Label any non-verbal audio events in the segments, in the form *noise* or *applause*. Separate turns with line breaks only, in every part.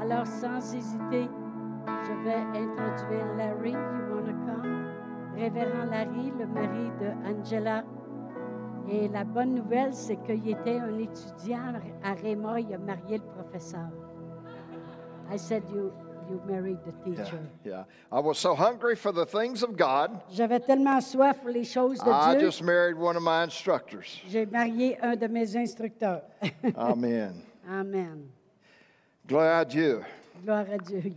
Alors, sans hésiter, je vais introduire Larry. You wanna come? Révérend Larry, le mari de Angela. Et la bonne nouvelle, c'est qu'il était un étudiant à Réma. Il a marié le professeur. I said, you, you married the teacher.
Yeah. I was so hungry for the things of God,
J'avais tellement soif pour les choses de
I
Dieu.
Ah, just married one of my instructors.
J'ai marié un de mes instructeurs. *laughs*
Amen.
Amen.
Gloire à Dieu.
Gloire à Dieu. *laughs*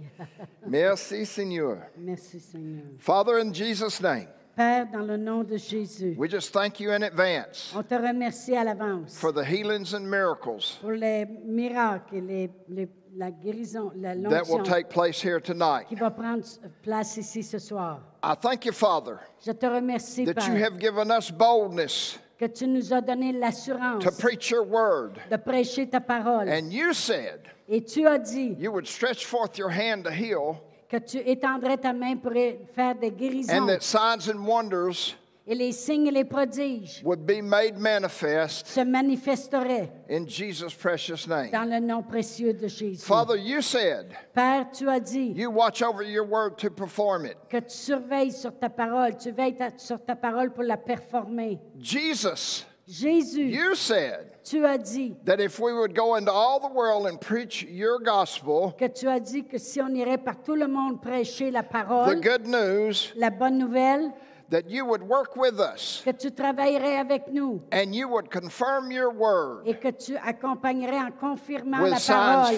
Merci, Seigneur.
Merci Seigneur.
Father, in Jesus' name,
Père, dans le nom de Jésus,
we just thank you in advance
on te remercie à l'avance
for the healings and miracles
pour les miracles et les, les- la guérison, la
that will
l'onction
take place here tonight.
qui va prendre place ici ce soir.
I thank you, Father,
Je te remercie,
that you
Père,
have given us boldness
que tu nous as donné l'assurance
to preach your word.
de prêcher ta parole.
And you said
Et tu as dit
you would stretch forth your hand to heal,
que tu étendrais ta main pour é- faire des guérisons
and that signs and wonders
et les signes et les prodiges
would be made manifest
se manifesteraient
in Jesus' precious name.
dans le nom précieux de Jésus.
Father, you said
Père, tu as dit
you watch over your word to perform it.
que tu surveilles sur ta parole, tu veilles ta- sur ta parole pour la performer.
Jesus,
Jésus,
you said
tu as dit
that if we would go into all the world and preach your gospel,
que tu as dit que si on irait par tout le monde prêcher la
the
parole,
good news,
la bonne nouvelle,
that you would work with us
que tu travaillerais avec nous
and you would confirm your word
et que tu accompagnerais en confirmant
with
la
signs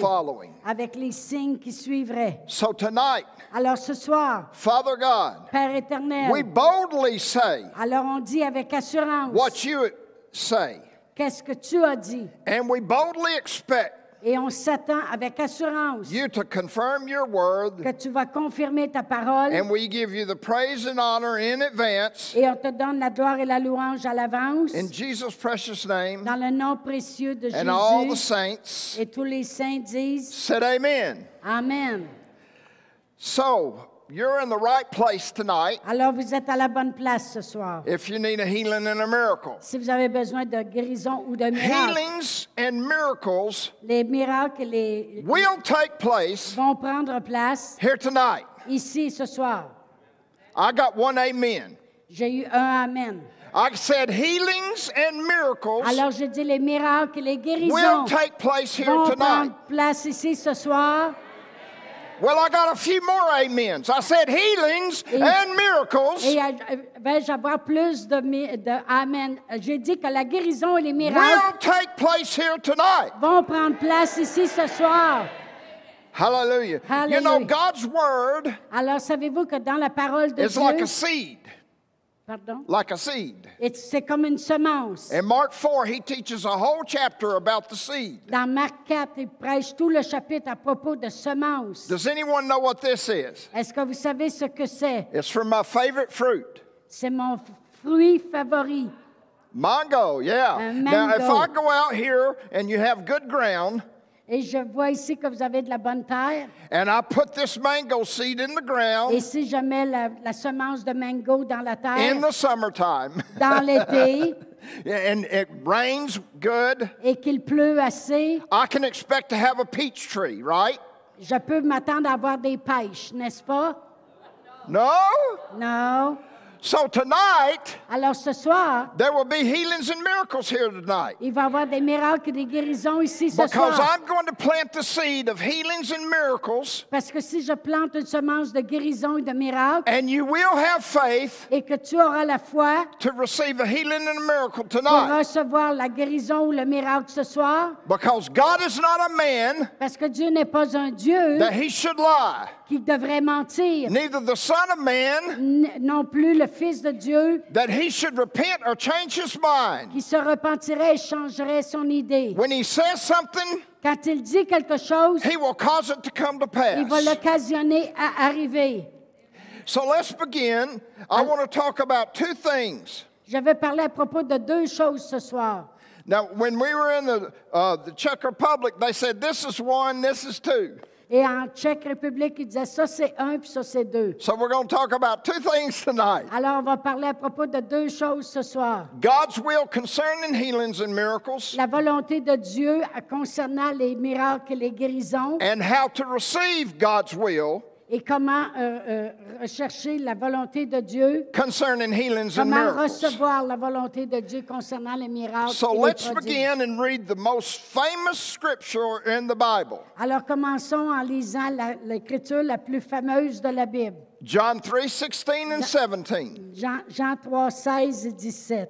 parole
following.
avec les signes qui suivraient.
So tonight,
Alors ce soir,
Father God,
Père
we
éternel,
boldly say
alors on dit avec assurance
what you say,
qu'est-ce que tu as dit
and we boldly expect
et on s'attend avec assurance
you to confirm your
que
word,
tu vas confirmer ta parole
and we give you the praise and honor in advance.
Et on te donne la gloire et la louange à l'avance,
In Jesus' precious name,
dans le nom précieux de
and all the
Jésus.
saints
Et tous les saints disent
said, Amen.
Amen.
So, you're in the right place tonight
Alors vous êtes à la bonne place ce soir.
if you need a healing and a miracle.
Si vous avez besoin de guérison ou de miracles,
Healings and miracles
les miracles et les-
will take place
vont prendre place
here tonight.
ici ce soir.
I got one amen.
J'ai eu un Amen.
I said healings and miracles
Alors je dis les miracles et les guérisons
will take place here
vont
tonight.
prendre place ici ce soir.
Well, I got a few more amens. I said healings
Et-
and miracles
Et euh, vais-je avoir plus de, mi- de Amen? J'ai dit que la guérison et les miracles
will take place here tonight.
vont prendre place ici ce soir.
Hallelujah. You know,
Hallelujah.
God's word
Alors, savez-vous que dans la parole de
is
Dieu,
like a seed,
pardon,
like a seed.
et c'est comme une semence.
In Mark 4, he teaches a whole chapter about the seed.
Dans Marc 4, il prêche tout le chapitre à propos de semences.
Does anyone know what this is?
Est-ce que vous savez ce que c'est?
It's from my favorite fruit,
C'est mon f- fruit favori.
mango. Yeah.
A
Now, if
mango.
I go out here and you have good ground,
Et je vois ici que vous avez de la bonne terre.
and I put this mango seed in the
Et
ground
si je mets la, la semence de mango dans la
in
terre
the summertime, *laughs*
dans l'été *laughs*
and it rains good,
et qu'il pleut assez,
I can expect to have a peach tree, right?
je peux m'attendre à avoir des pêches, n'est-ce pas?
No?
Non.
So tonight,
Alors ce soir,
there will be healings and miracles here tonight.
Il va y avoir des miracles et des guérisons ici ce
Because
soir.
I'm going to plant the seed of healings and miracles,
Parce que si je plante une semence de guérison et de miracles,
and you will have faith
et que tu auras la foi
to receive a healing and a miracle
pour
tonight.
recevoir la guérison ou le miracle ce soir,
Because God is not a man
parce que Dieu n'est pas un Dieu
that he should lie,
qui devrait mentir,
neither the Son of Man
n- non plus le Fils de Dieu
that he should repent or change his mind.
qui se repentirait et changerait son idée.
When he says something,
Quand il dit quelque chose,
he will cause it to come to
il va
pass.
l'occasionner à arriver.
So let's begin. I want to talk about two things.
Je vais parler à propos de deux choses ce soir.
Now, when we were in the, uh, the Czech Republic, they said this is one, this is two.
Et en Tchèque République, il disait ça c'est un puis ça c'est deux.
So we're going to talk about two things tonight
Alors, on va parler à propos de deux choses ce soir.
God's will concerning healings and miracles,
La volonté de Dieu concernant les miracles et les guérisons
and how to receive God's will
et comment euh, euh, rechercher la volonté de Dieu,
concerning healings and
comment
miracles.
recevoir la volonté de Dieu concernant les miracles.
So
et les
let's
prodiges.
begin and read the most famous scripture in the Bible
Alors commençons en lisant la- l'écriture la plus fameuse de la Bible,
John 3 16 and 17.
Jean, Jean 3, 16 et 17.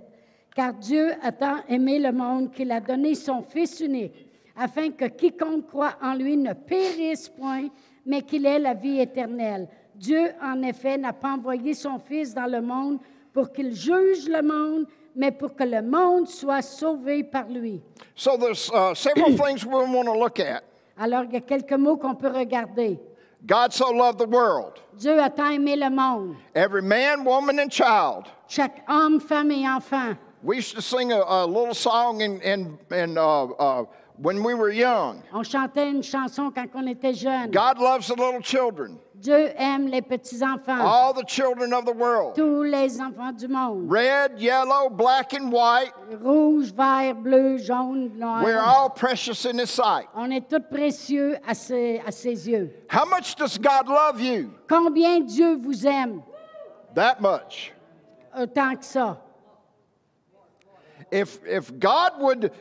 Car Dieu a tant aimé le monde qu'il a donné son Fils unique, afin que quiconque croit en lui ne périsse point, mais qu'il ait la vie éternelle. Dieu, en effet, n'a pas envoyé son Fils dans le monde pour qu'il juge le monde, mais pour que le monde soit sauvé par lui.
So there's uh, several things we want to look at.
Alors, il y a quelques mots qu'on peut regarder.
God so loved the world,
Dieu a tant aimé le monde.
every man, woman, and child.
Chaque homme, femme et enfant.
We used to sing a, a little song in, in, in, uh, uh, when we were young.
On chantait une chanson quand on était jeune.
God loves the little children,
Dieu aime les petits-enfants,
all the children of the world.
tous les enfants du monde.
Red, yellow, black, and white,
Rouge, vert, bleu, jaune,
we're
noir.
all precious in His sight.
On est tous précieux à ses, à ses yeux.
How much does God love you?
Combien Dieu vous aime
That much.
autant que ça.
If, if God would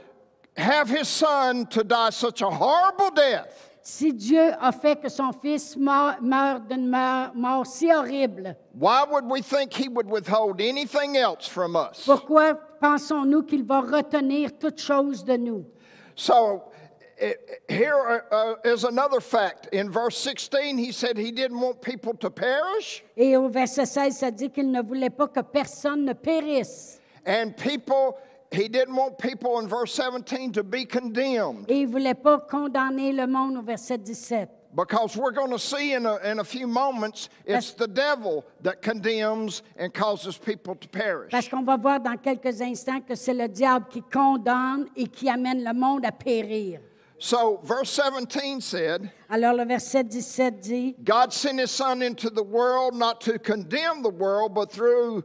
have His Son to die such a horrible death,
Si Dieu a fait que son fils meure, meure d'une mort, mort si horrible,
why would we think He would withhold anything else from us?
pourquoi pensons-nous qu'il va retenir toute chose de nous?
So it, here uh, is another fact. In verse 16, he said he didn't want people to perish,
Et au verset 16, ça dit qu'il ne voulait pas que personne ne périsse.
and people, he didn't want people in verse 17 to be condemned.
Et il ne voulait pas condamner le monde au verset 17.
Because we're going to see in a, in a few moments, it's the devil that condemns and causes people to perish.
Parce qu'on va voir dans quelques instants que c'est le diable qui condamne et qui amène le monde à périr.
So, verse 17 said,
Alors le verset 17 dit,
God sent his son into the world not to condemn the world, but through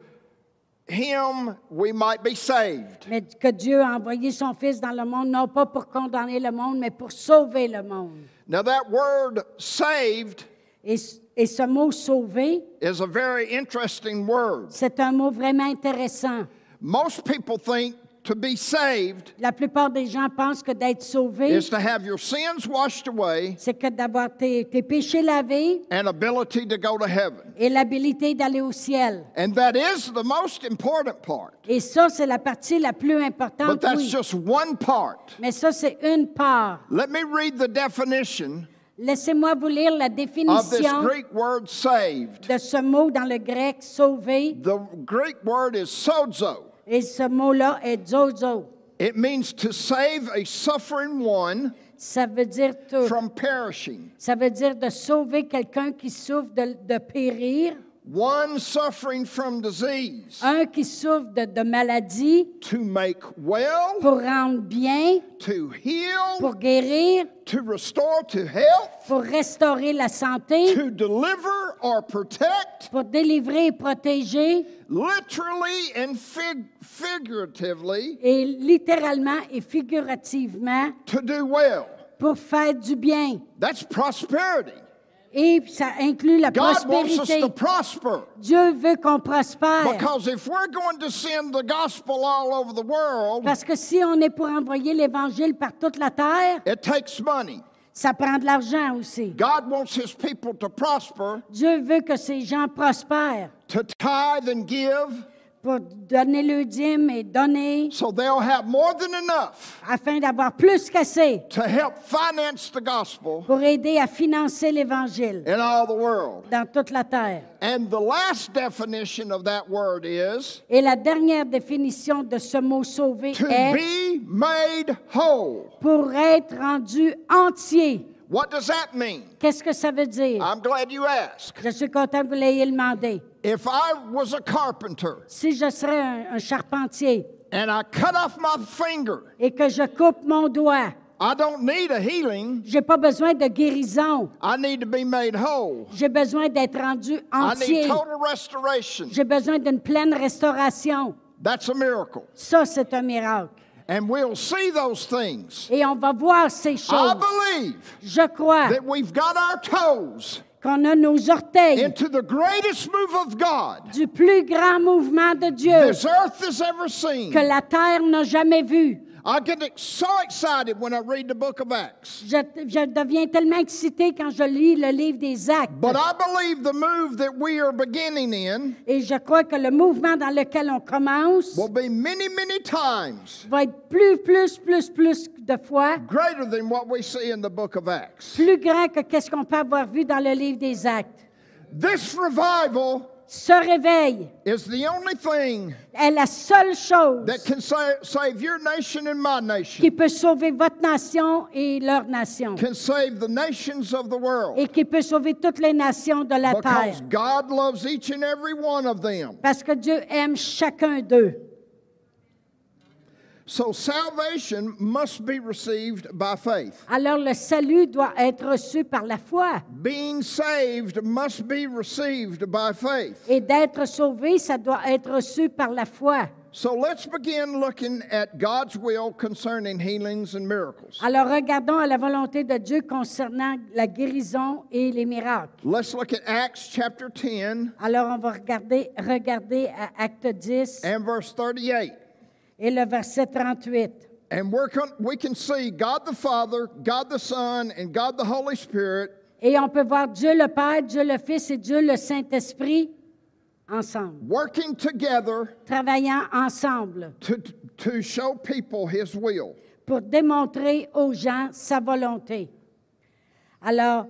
him we might be saved.
mais que Dieu a envoyé son Fils dans le monde, non pas pour condamner le monde, mais pour sauver le monde.
Now, that word saved
Et, et ce mot sauver,
is a very interesting word.
c'est un mot vraiment intéressant.
Most people think to be saved
La plupart des gens pensent que d'être sauvé,
is to have your sins washed away
c'est que d'avoir tes, tes péchés lavés
and ability to go to heaven.
et l'habilité d'aller au ciel.
And that is the most important part.
Et ça, c'est la partie la plus
But
importante.
that's
oui.
just one part.
Mais ça, c'est une part.
Let me read the definition
Laissez-moi vous lire la
of this
définition
Greek word saved.
de ce mot dans le grec sauver.
The Greek word is sozo.
Et ce mot-là est zozo.
It means to save a suffering one
Ça veut dire tout.
from perishing.
Ça veut dire de sauver quelqu'un qui souffre de, de périr,
One suffering from disease.
un qui souffre de, de maladie,
to make well,
pour rendre bien,
to heal,
pour guérir,
to restore to health,
pour restaurer la santé,
to deliver or protect,
pour délivrer et protéger,
literally and fig- figuratively,
et littéralement et figurativement,
to do well.
pour faire du bien.
That's prosperity.
Et ça inclut la
God wants us
prospérité.
to prosper.
Dieu veut qu'on prospère.
Because if we're going to send the gospel all over the world,
Parce que si on est pour envoyer l'Évangile par toute la terre,
it takes money.
ça prend de l'argent aussi.
God wants his people to prosper,
Dieu veut que ces gens prospèrent
to tithe and give,
pour donner le dîme et donner
so they'll have more than enough
afin d'avoir plus qu'assez
to help finance the gospel
pour aider à financer l'Évangile
in all the world.
dans toute la terre.
And the last definition of that word is
Et la dernière définition de ce mot sauver
to
est
be made whole.
pour être rendu entier.
What does that mean?
Qu'est-ce que ça veut dire?
I'm glad you asked.
Je suis content que vous l'ayez demandé.
If I was a carpenter
Si je serais un, un charpentier
and I cut off my finger,
et que je coupe mon doigt,
I don't need a healing.
J'ai pas besoin de guérison.
I need to be made whole.
J'ai besoin d'être rendu
I need
entier.
total restoration.
J'ai besoin d'une pleine restauration.
That's a miracle.
Ça, c'est un miracle.
And we'll see those things.
Et on va voir ces
I
choses.
believe
Je crois
that we've got our toes
qu'on a nos orteils
into the greatest move of God
du plus grand mouvement de Dieu
this earth has ever seen.
que la terre n'a jamais vu.
I get ex- so excited when I read the book of Acts.
Je, je deviens tellement excitée quand je lis le livre des actes.
But I believe the move that we are beginning in
Et je crois que le mouvement dans lequel on commence
will be many, many times
va être plus, plus, plus, plus de fois
greater than what we see in the book of Acts.
plus grand que qu'est-ce qu'on peut avoir vu dans le livre des actes.
This revival
Ce réveil
is the only thing
est la seule chose
that can sa- save your nation and my nation,
qui peut sauver votre nation et leur nation
can save the nations of the world.
et qui peut sauver toutes les nations de la terre
Because God loves each and every one of them.
parce que Dieu aime chacun d'eux.
So salvation must be received by faith.
Alors le salut doit être reçu par la foi
Being saved must be received by faith.
et d'être sauvé, ça doit être reçu par la foi.
So let's begin looking at God's will concerning healings and miracles.
Alors regardons à la volonté de Dieu concernant la guérison et les miracles.
Let's look at Acts chapter 10
Alors on va regarder, regarder à Acte 10
and verse 38.
et le verset 38.
And we're con- we can see God the Father, God the Son, and God the Holy Spirit
Et on peut voir Dieu le Père, Dieu le Fils et Dieu le Saint-Esprit ensemble,
working together
travaillant ensemble
to, to show people His will.
pour démontrer aux gens sa volonté. Alors,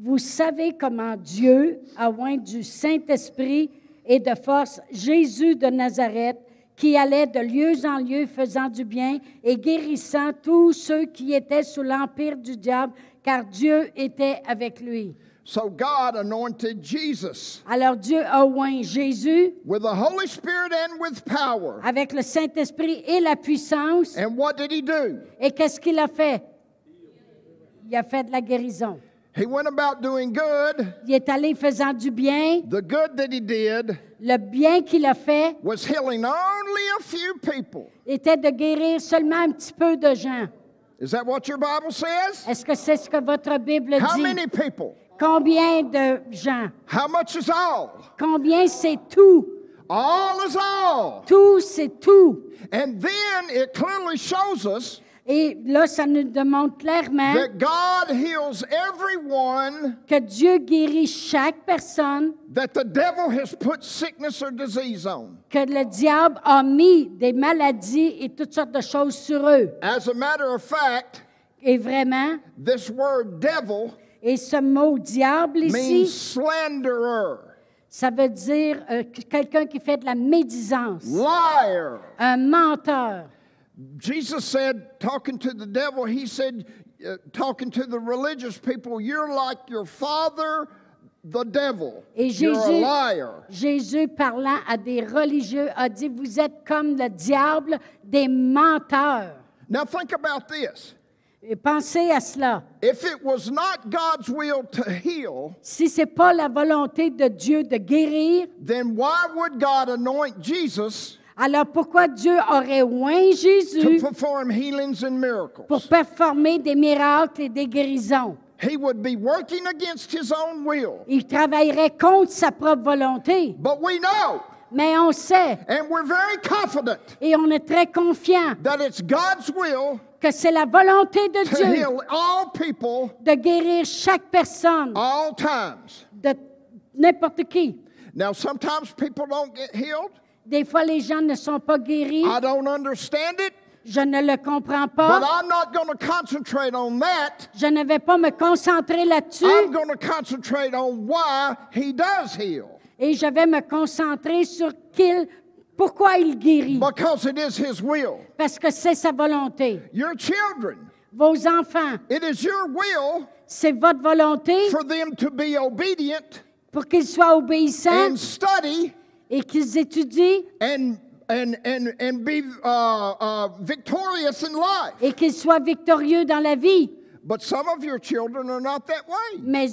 vous savez comment Dieu, à oint du Saint-Esprit et de force Jésus de Nazareth, qui allait de lieu en lieu faisant du bien et guérissant tous ceux qui étaient sous l'empire du diable, car Dieu était avec lui.
So God anointed Jesus
Alors Dieu a oint Jésus
with the Holy Spirit and with power.
avec le Saint-Esprit et la puissance.
And what did He do?
Et qu'est-ce qu'il a fait? Il a fait de la guérison.
He went about doing good.
Il est allé faisant du bien.
The good that he did
Le bien qu'il a fait
was healing only a few people.
était de guérir seulement un petit peu de gens.
Is that what your Bible says?
Est-ce que c'est ce que votre Bible
How
dit?
many people?
Combien de gens?
How much is all?
Combien c'est tout?
All is all.
Tout, c'est tout.
And then it clearly shows us
Et là, ça nous demande clairement
that God heals everyone
que Dieu guérit chaque personne
that the devil has put sickness or disease on.
que le diable a mis des maladies et toutes sortes de choses sur eux.
As a matter of fact,
Et vraiment,
this word devil
et ce mot diable
means
ici,
slanderer,
ça veut dire euh, quelqu'un qui fait de la médisance,
liar.
un menteur.
Jesus said, talking to the devil, he said, uh, talking to the religious people, you're like your father, the devil.
Et
You're a
Jésus-
liar.
Jésus parlant à des religieux a dit, vous êtes comme le diable des menteurs.
Now think about this.
Et pensez à cela.
If it was not God's will to heal,
Si ce n'est pas la volonté de Dieu de guérir,
then why would God anoint Jesus
alors pourquoi Dieu aurait oint
to
Jésus
perform healings
pour
and miracles?
performer des miracles et des guérisons?
He would be working against his own will.
Il travaillerait contre sa propre volonté.
But we know,
Mais on sait
and we're very confident
et on est très confiant
that it's God's will
que c'est la volonté
*laughs*
de
to
Dieu
heal all people
de guérir chaque personne
all times.
de n'importe qui.
Now, sometimes people don't get healed.
Des fois, les gens ne sont pas guéris.
I don't understand it,
Je ne le comprends
but
pas.
I'm not going to concentrate on that.
Je ne vais pas me concentrer là-dessus
I'm going to concentrate on why he does heal
et je vais me concentrer sur qu'il, pourquoi il guérit.
because it is his will.
Parce que c'est sa volonté.
Your children,
Vos enfants,
it is your will
c'est votre volonté
for them to be obedient
pour qu'ils soient obéissants
and study
et qu'ils étudient
and and, and, and be uh, uh, victorious in life.
et qu'ils soient victorieux dans la vie.
But some of your children are not that way,
Mais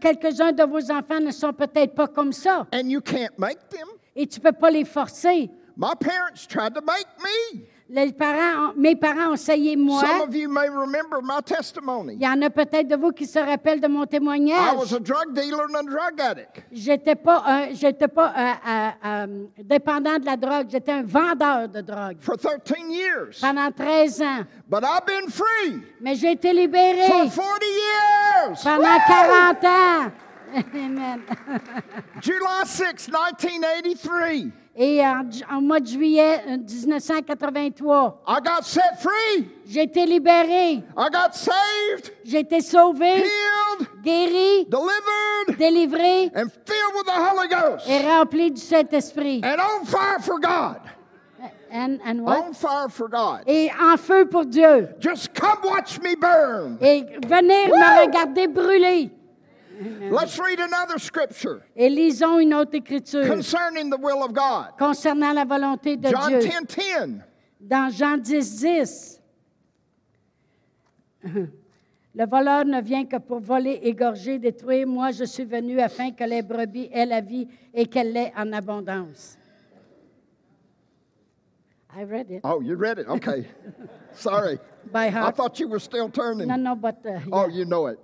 quelques-uns de vos enfants ne sont peut-être pas comme ça
and you can't make them.
et tu ne peux pas les forcer.
My parents tried to make me.
Les parents, ont- mes parents ont saillé moi.
Some of you may remember my testimony.
Il y en a peut-être de vous qui se rappellent de mon
I was
témoignage.
a drug dealer and a drug addict.
J'étais pas, un- j'étais pas un- un- un dépendant de la drogue, j'étais un vendeur de drogue
for 13 years,
pendant 13 ans.
but I've been free
Mais j'ai été libérée
for 40 years.
pendant 40 ans. *laughs* Amen.
July 6, 1983,
Et en, ju- en mois de juillet euh, 1983,
I got set free.
j'ai été libérée,
I got saved,
j'ai été sauvée,
healed,
guérie,
delivered,
délivrée
and filled with the Holy Ghost
et remplie du Saint-Esprit.
and on fire for God.
And- and what?
On fire for God.
Et en feu pour Dieu.
Just come watch me burn.
Et venez me regarder brûler.
Let's read another scripture
Et lisons une autre écriture
concerning the will of God.
concernant la volonté de
John
Dieu.
10 10.
Dans Jean 10, 10. *laughs* Le voleur ne vient que pour voler, égorger, détruire. Moi, je suis venu afin que les brebis aient la vie et qu'elle l'ait en abondance. I read it
Oh, you read it? Okay. Sorry.
by
I
heart.
thought you were still turning.
Non, non, but, uh,
Oh, you know it.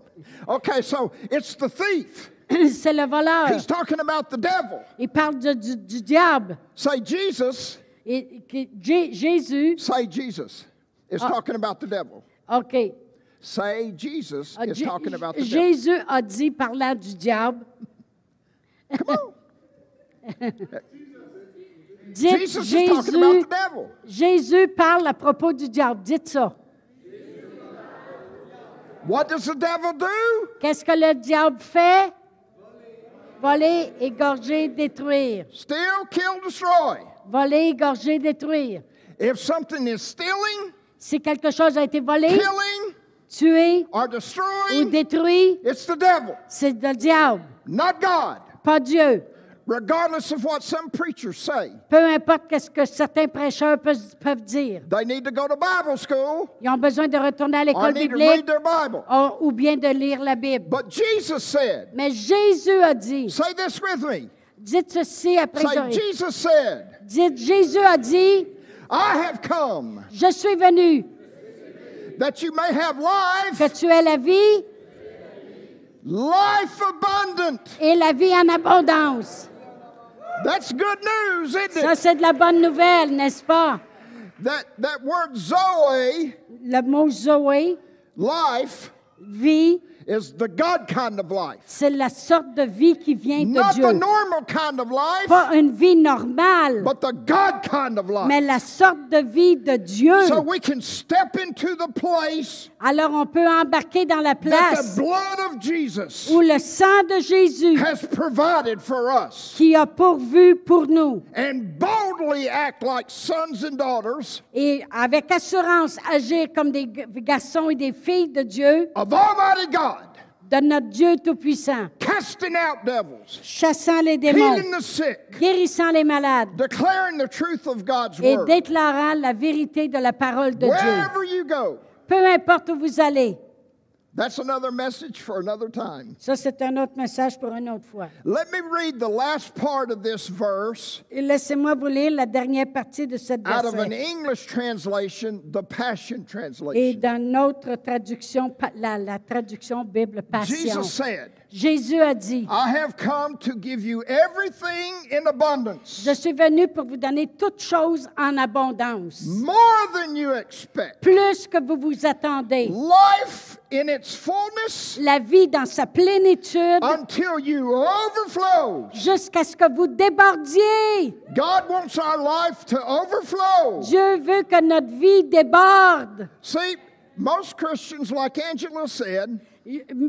Okay, so it's the thief.
*laughs* c'est le voleur.
He's talking about the devil.
Il parle de- du, du diable.
Say Jesus.
Et, que- Jé- Jésus,
Say Jesus. It's talking about the devil.
OK,
Say Jesus
Ah,
is
Jé-
talking about the devil.
Jésus a dit, parlant du diable,
Come on.
*laughs* dites
Jesus is talking about
Jésus,
the devil.
Jésus parle à propos du diable. Dites ça.
What does the devil do?
Qu'est-ce que le diable fait? Voler, égorger, détruire.
Steal, kill, destroy.
Voler, égorger, détruire.
If something is stealing,
Si quelque chose a été volé,
killing,
tué
or
ou
destroying,
détruit,
it's the devil,
c'est le diable,
not God.
pas Dieu.
Regardless of what some preachers say,
Peu importe qu'est-ce que certains prêcheurs peuvent peuvent dire.
they need to go to Bible school
Ils ont besoin de retourner à
or
l'école
need to read
biblique
their Bible.
or- ou bien de lire la Bible.
But Jesus said,
Mais Jésus a dit,
say this with me.
Dites ceci après
Say,
que
Jesus said,
Dites, Jésus a dit,
I have come
je suis venu
that you may have life,
que tu aies la vie
life abundant.
et la vie en abondance.
That's good news, isn't
Ça,
it?
c'est de la bonne nouvelle, n'est-ce pas?
That, that word Zoe,
Le mot Zoé,
life,
vie,
is the God kind of life,
c'est la sorte de vie qui vient de
not the
Dieu.
normal kind of life,
Pas une vie normale,
but the God kind of
mais
life.
la sorte de vie de Dieu.
So we can step into the place
Alors, on peut embarquer dans la
that the
place
blood of Jesus
où le sang de Jésus
has provided for us
qui a pourvu pour nous
and boldly act like sons and daughters
et avec assurance agir comme des g- garçons et des filles de Dieu,
of Almighty God,
de notre Dieu Tout-Puissant,
casting out devils,
chassant les démons,
healing the sick,
guérissant les malades
declaring the truth of God's
et
word.
déclarant la vérité de la parole de Dieu.
Wherever you go,
Peu importe où vous allez.
that's another message for another time.
Ça, c'est un autre message pour une autre fois.
Let me read the last part of this verse
Et laissez-moi vous lire la dernière partie de cette
out of an
verset.
English translation, the Passion
Et
Translation.
dans notre traduction, pa- la, la traduction Bible Passion,
Jesus said,
Jésus a dit,
I have come to give you everything in abundance,
je suis venu pour vous donner toutes choses en abondance.
more than you expect.
plus que vous vous attendez.
Life in its fullness
La vie dans sa plénitude
until you overflow.
jusqu'à ce que vous débordiez.
God wants our life to overflow.
Dieu veut que notre vie déborde.
See, most Christians, like Angela said,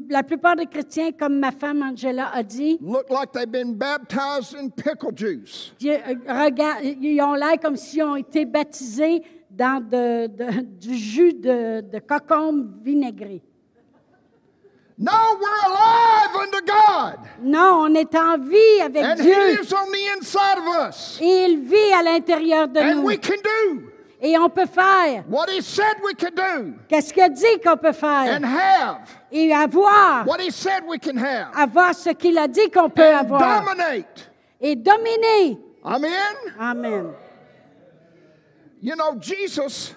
La plupart des chrétiens, comme ma femme Angela a dit,
look like they've been baptized in pickle juice.
Dieu- euh, regarde, ils ont l'air comme s'ils ont été baptisés dans de- de- du jus de, de cocombe vinaigré.
No, we're alive unto God.
Non, on est en vie avec
And He
Dieu.
lives on the inside of us.
Et il vit à l'intérieur de
And
nous.
we can do
Et on peut faire.
what He said we could do
Qu'est-ce qu'il dit qu'on peut faire?
and have
Et avoir.
what He said we can have.
Avoir ce qu'il a dit qu'on peut
And
avoir.
dominate.
Et dominer.
Amen.
Amen. Vous
You know, Jesus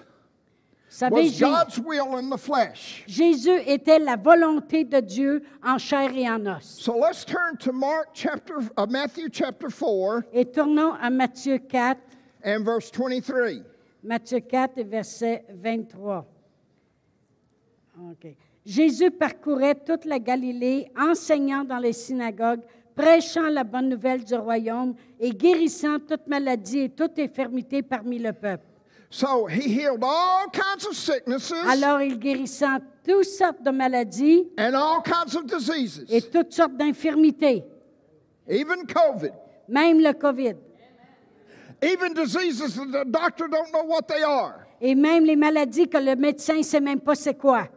savez,
was
Jé-
God's will in the flesh.
Jésus était la volonté de Dieu en chair et en os.
So let's turn to Mark chapter, uh, Matthew chapter 4
Et tournons à Matthieu 4,
and verse 23.
Matthieu 4 et verset 23. OK. Jésus parcourait toute la Galilée, enseignant dans les synagogues, prêchant la bonne nouvelle du royaume et guérissant toute maladie et toute infirmité parmi le peuple.
So he healed all kinds of sicknesses
Alors il guérissant toutes sortes de maladies
and all kinds of
et
diseases,
toutes sortes d'infirmités,
even COVID,
même le COVID,
even diseases that the doctor don't know what they are.
et même les maladies que le médecin ne sait même pas c'est quoi.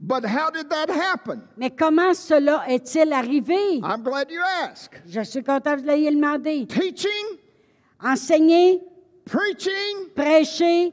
But how did that happen?
Mais comment cela est-il arrivé?
I'm glad you asked.
Je suis content que vous l'ayez demandé.
Teaching,
Enseigner,
preaching,
prêcher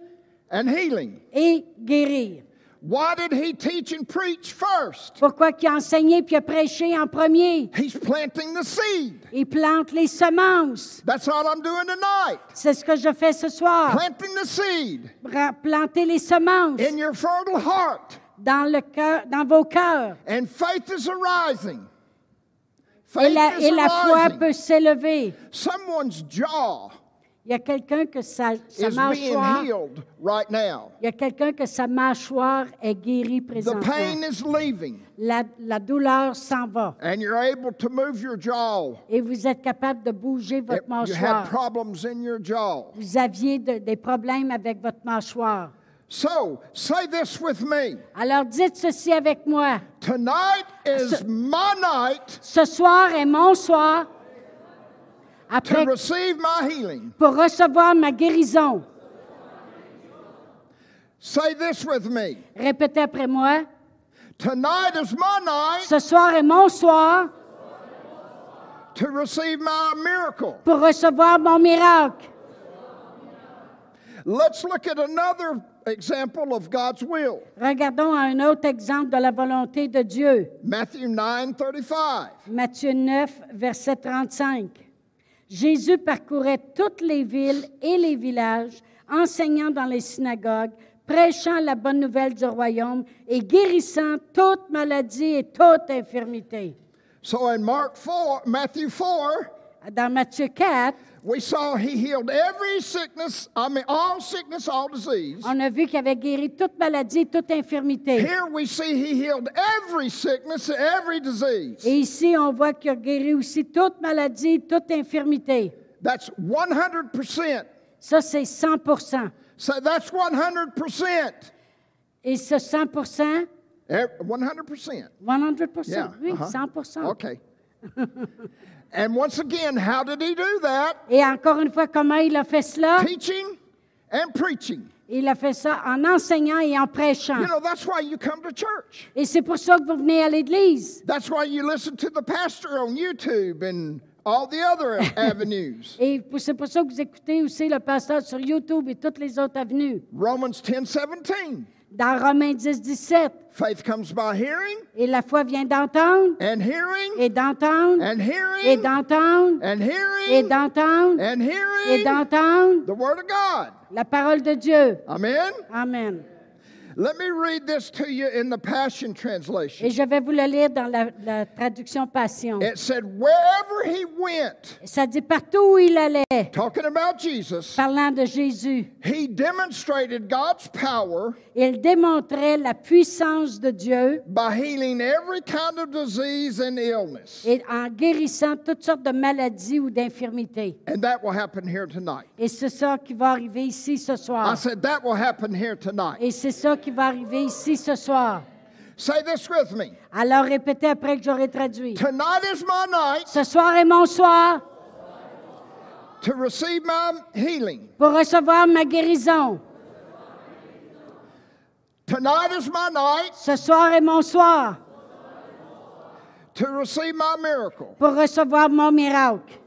and healing.
et guérir.
Why did he teach and preach first?
Pourquoi qu'il a enseigné puis il a prêché en premier?
He's planting the seed.
Il plante les semences.
That's all I'm doing tonight.
C'est ce que je fais ce soir.
Planting the seed
Ra- Planter les semences
in your fertile heart.
dans, le cœur, dans vos cœurs.
And faith is arising.
Et
Faith
la,
is
et la foi
arising.
peut s'élever.
Someone's jaw
Il y a quelqu'un que sa, sa
is being
mâchoire...
healed right now.
Il y a quelqu'un que sa mâchoire est guérie
The pain
présentement.
is leaving,
La, la douleur s'en va.
and you're able to move your jaw.
Et vous êtes capable de bouger votre
It- you had
mâchoire.
problems in your jaw.
Vous aviez de- des problèmes avec votre mâchoire.
So, say this with me.
Alors dites ceci avec moi.
Tonight is
Ce-
my night
Ce soir est mon soir
to
après,
receive my healing.
pour recevoir ma guérison.
Say this with me.
Répétez après moi.
Tonight is my night
Ce soir est mon soir
to receive my miracle.
pour recevoir mon miracle.
Let's look at another example of God's will.
Regardons un autre exemple de la volonté de Dieu.
Matthew 9 35.
Matthieu 9, verset 35. Jésus parcourait toutes les villes et les villages, enseignant dans les synagogues, prêchant la bonne nouvelle du royaume et guérissant toute maladie et toute infirmité.
So in Mark 4, Matthew 4,
Dans Matthieu 4,
we saw he healed every sickness, I mean, all sickness, all disease.
on a vu qu'il avait guéri toute maladie et toute infirmité.
Here we see he healed every sickness, every disease.
Et ici, on voit qu'il a guéri aussi toute maladie et toute infirmité.
That's 100%.
Ça, c'est 100
So that's 100%.
Et ce 100 100
Eh, 100%. Yeah,
oui,
uh-huh.
100
Okay. *laughs* and once again, how did he do that?
Et encore une fois, comment il a fait cela?
Teaching and preaching.
Il a fait ça en enseignant et en prêchant.
You know, that's why you come to church.
Et c'est pour ça que vous venez à l'Église.
That's why you listen to the pastor on YouTube and all the other avenues.
Et pour- c'est pour ça que vous écoutez aussi le pasteur sur YouTube et toutes les autres avenues.
Romans 10 17.
Dans Romains 10, 17,
Faith comes by hearing,
et la foi vient d'entendre,
and hearing,
et d'entendre,
and
et
hearing,
d'entendre,
and
et
hearing,
d'entendre,
and
et
hearing
d'entendre
the Word of God.
la parole de Dieu.
Amen.
Amen.
Let me read this to you in the Passion
Et
Translation.
je vais vous le lire dans la, la traduction Passion.
It said, Wherever he went,
Ça dit partout où il allait,
talking about Jesus,
parlant de Jésus.
he demonstrated God's power
Il démontrait la puissance de Dieu
by healing every kind of disease and illness.
et en guérissant toutes sortes de maladies ou d'infirmités.
And that will happen here tonight.
Et c'est ça qui va arriver ici ce
I
soir.
said, that will happen here tonight.
Et c'est ça qui va arriver ici ce soir.
Say this with me.
Alors répétez après que j'aurai traduit.
Tonight is my night
Ce soir est mon soir
to receive my healing.
pour recevoir ma guérison.
Tonight is my night
Ce soir est mon soir
to receive my miracle.
pour recevoir mon miracle.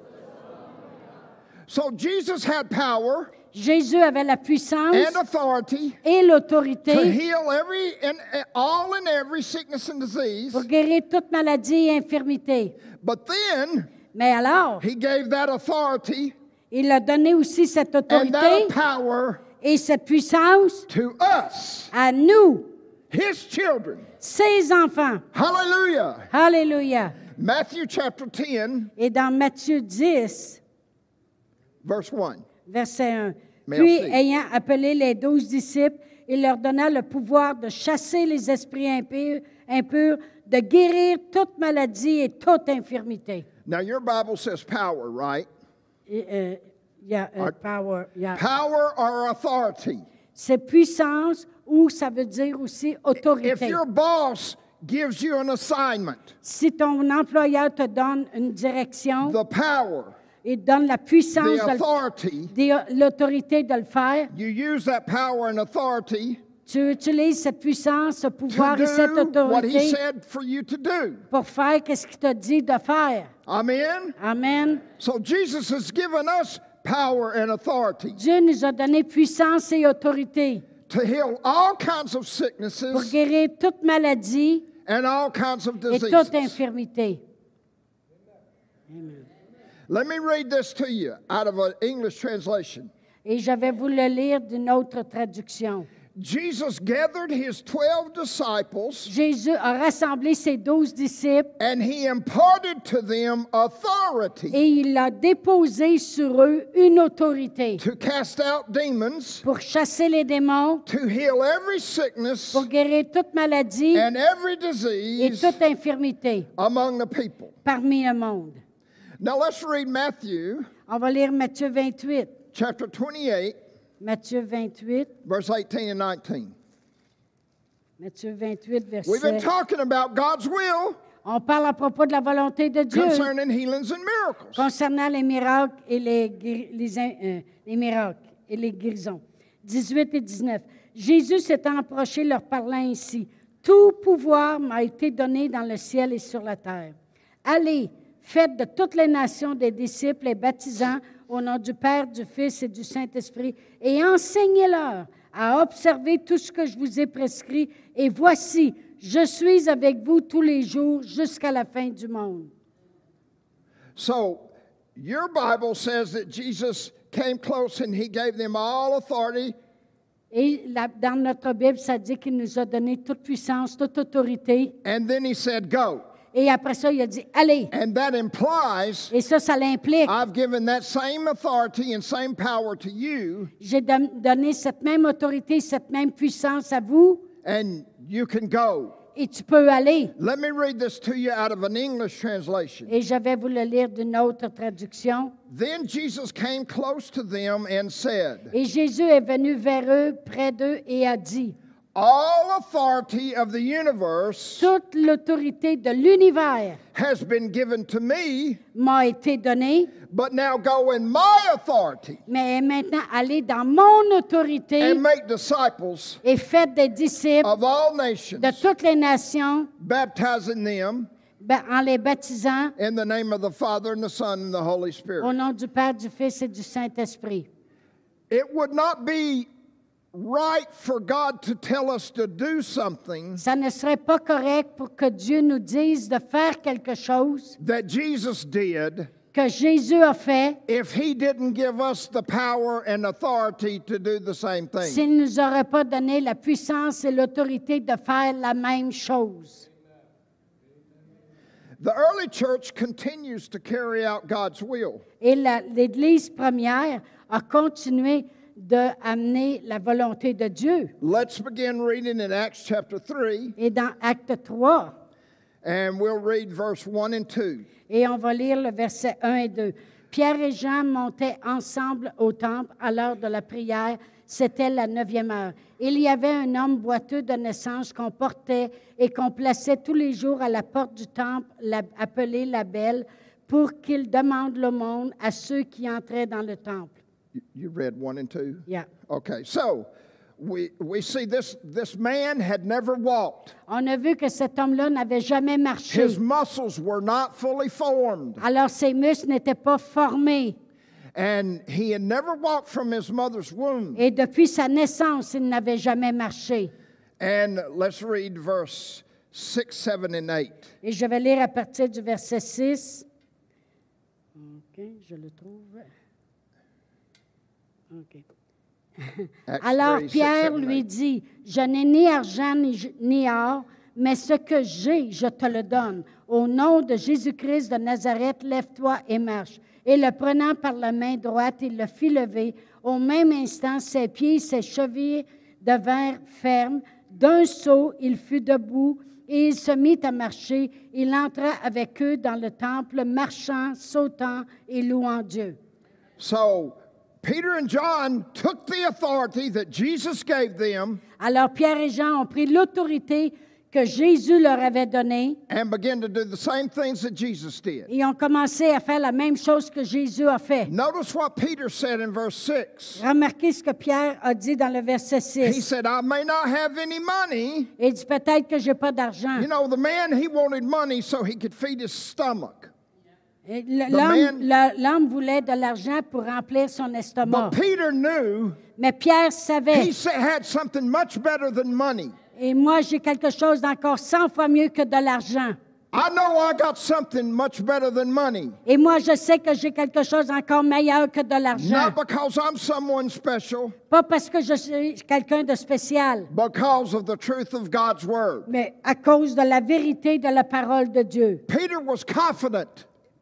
So Jesus had power
Jésus avait la puissance
and authority
et
to
l'autorité
heal every and and all and every sickness and disease.
pour guérir toute maladie et infirmité.
But then
Mais alors,
he gave that authority
il a donné aussi cette
and that
autorité
power
et cette puissance
to us,
à nous,
his children.
ses enfants.
Hallelujah.
Alléluia.
Matthew chapter 10,
Et dans Matthieu 10,
verse 1.
verset 1,
Merci.
puis ayant appelé les douze disciples, il leur donna le pouvoir de chasser les esprits impurs, impurs, de guérir toute maladie et toute infirmité.
Now your Bible says power, right?
Et, euh, il y a, euh, power, il y a-
Power or authority.
C'est puissance ou ça veut dire aussi
If
autorité.
your boss gives you an assignment,
Si ton employeur te donne une direction
the power,
et te donne la puissance,
the
de le-
authority,
de- euh, l'autorité de le faire,
you use that power and authority
tu utilises cette puissance, ce
to
pouvoir et cette
do what he
autorité
said for you to do.
pour faire qu'est-ce qu'il te dit de faire.
Amen?
Amen.
So Jesus has given us power and authority
Dieu nous a donné puissance et autorité
to heal all kinds of
pour
sicknesses
guérir toute maladie
and all kinds of
et toute
diseases.
infirmité.
Let me read this to you out of an English translation.
Et je vais vous le lire d'une autre traduction.
Jesus gathered his 12 disciples
Jésus a rassemblé ses douze disciples
and he imparted to them authority
et il a déposé sur eux une autorité
to cast out demons,
pour chasser les démons,
to heal every sickness
pour guérir toute maladie
and every
et
disease
toute infirmité
among the people.
parmi le monde.
Now let's read Matthew
On va lire Matthieu 28.
chapter 28,
Matthieu 28,
verse 18 and 19.
Matthieu 28,
We've been
verset.
talking about God's will
On parle à propos de la volonté de Dieu
concerning healings and miracles.
concernant les miracles et les, guéri- les in- euh, les miracles et les guérisons. 18 et 19. Jésus s'étant approché leur parlant ainsi. Tout pouvoir m'a été donné dans le ciel et sur la terre. Allez, faites de toutes les nations des disciples et baptisants au nom du Père, du Fils et du Saint-Esprit et enseignez-leur à observer tout ce que je vous ai prescrit et voici, je suis avec vous tous les jours jusqu'à la fin du monde.
So, your Bible says that Jesus came close and he gave them all authority
Et la- dans notre Bible, ça dit qu'il nous a donné toute puissance, toute autorité.
and then he said, Go.
Et après ça, il a dit, allez.
And that implies
Et ça, ça l'implique.
I've given that same authority and same power to you,
J'ai don- donné cette même autorité, cette même puissance à vous,
and you can go.
et tu peux aller.
Let me read this to you out of an English translation.
Et je vais vous le lire d'une autre traduction.
Then Jesus came close to them and said,
Et Jésus est venu vers eux, près d'eux, et a dit,
All authority of the universe
toute l'autorité de l'univers
has been given to me,
m'a été donnée,
but now go in my authority
mais maintenant allez dans mon autorité
and make disciples
et faites des disciples
of all
de
nations,
toutes les nations.
baptizing them
Ben, en les baptisant
in the name of the Father and the Son and the Holy
au
Spirit.
nom du Père, du Fils et du Saint-Esprit.
It would not be right for God to tell us to do something
Ça ne serait pas correct pour que Dieu nous dise de faire quelque chose
that Jesus did
que Jésus a fait
if he didn't give us the power and authority to do the same thing.
s'il ne nous aurait pas donné la puissance et l'autorité de faire la même chose.
The early church continues to carry out God's will.
Et la- l'Église première a continué d'amener la volonté de Dieu.
Let's begin reading in Acts chapter 3,
Et dans Acte 3,
and we'll read verse 1 and 2.
Et on va lire le verset 1 et 2. Pierre et Jean montaient ensemble au temple à l'heure de la prière. C'était la neuvième heure. Il y avait un homme boiteux de naissance qu'on portait et qu'on plaçait tous les jours à la porte du temple, la- appelé la belle, pour qu'il demande l'aumône à ceux qui entraient dans le temple.
You- You read 1 and 2?
Yeah.
Okay, so we, we see this, this man had never walked.
On a vu que cet homme-là n'avait jamais marché.
His muscles were not fully formed,
Alors ses muscles n'étaient pas formés.
and he had never walked from his mother's womb.
Et depuis sa naissance, il n'avait jamais marché.
And let's read verse 6, 7, and 8.
Et je vais lire à partir du verset 6. OK, je le trouve. OK.
Acts
Alors
3, 6,
Pierre
7, and
lui
8.
dit, je n'ai ni argent ni, j- ni or, mais ce que j'ai, je te le donne. Au nom de Jésus-Christ de Nazareth, lève-toi et marche. Et le prenant par la main droite, il le fit lever. Au même instant, ses pieds et ses chevilles devinrent fermes. D'un saut, il fut debout et il se mit à marcher. Il entra avec eux dans le temple, marchant, sautant et louant Dieu.
So Peter and John took the authority that Jesus gave them
Alors Pierre et Jean ont pris l'autorité que Jésus leur avait donnée
and began to do the same things that Jesus did.
et ont commencé à faire la même chose que Jésus a fait.
Notice what Peter said in verse 6.
Remarquez ce que Pierre a dit dans le verset
He
6.
said, I may not have any money.
Il dit peut-être que j'ai pas d'argent.
You know, the man, he wanted money so he could feed his stomach.
Et le- L'homme
man-
le- l'homme voulait de l'argent pour remplir son estomac.
But Peter knew
Mais Pierre savait,
he sa- had something much better than money.
et moi j'ai quelque chose d'encore 100 fois mieux que de l'argent.
I know I got something much better than money.
Et moi je sais que j'ai quelque chose d'encore meilleur que de l'argent.
Not because I'm someone special,
Pas parce que je suis quelqu'un de spécial.
because of the truth of God's word.
mais à cause de la vérité de la parole de Dieu.
Peter was confident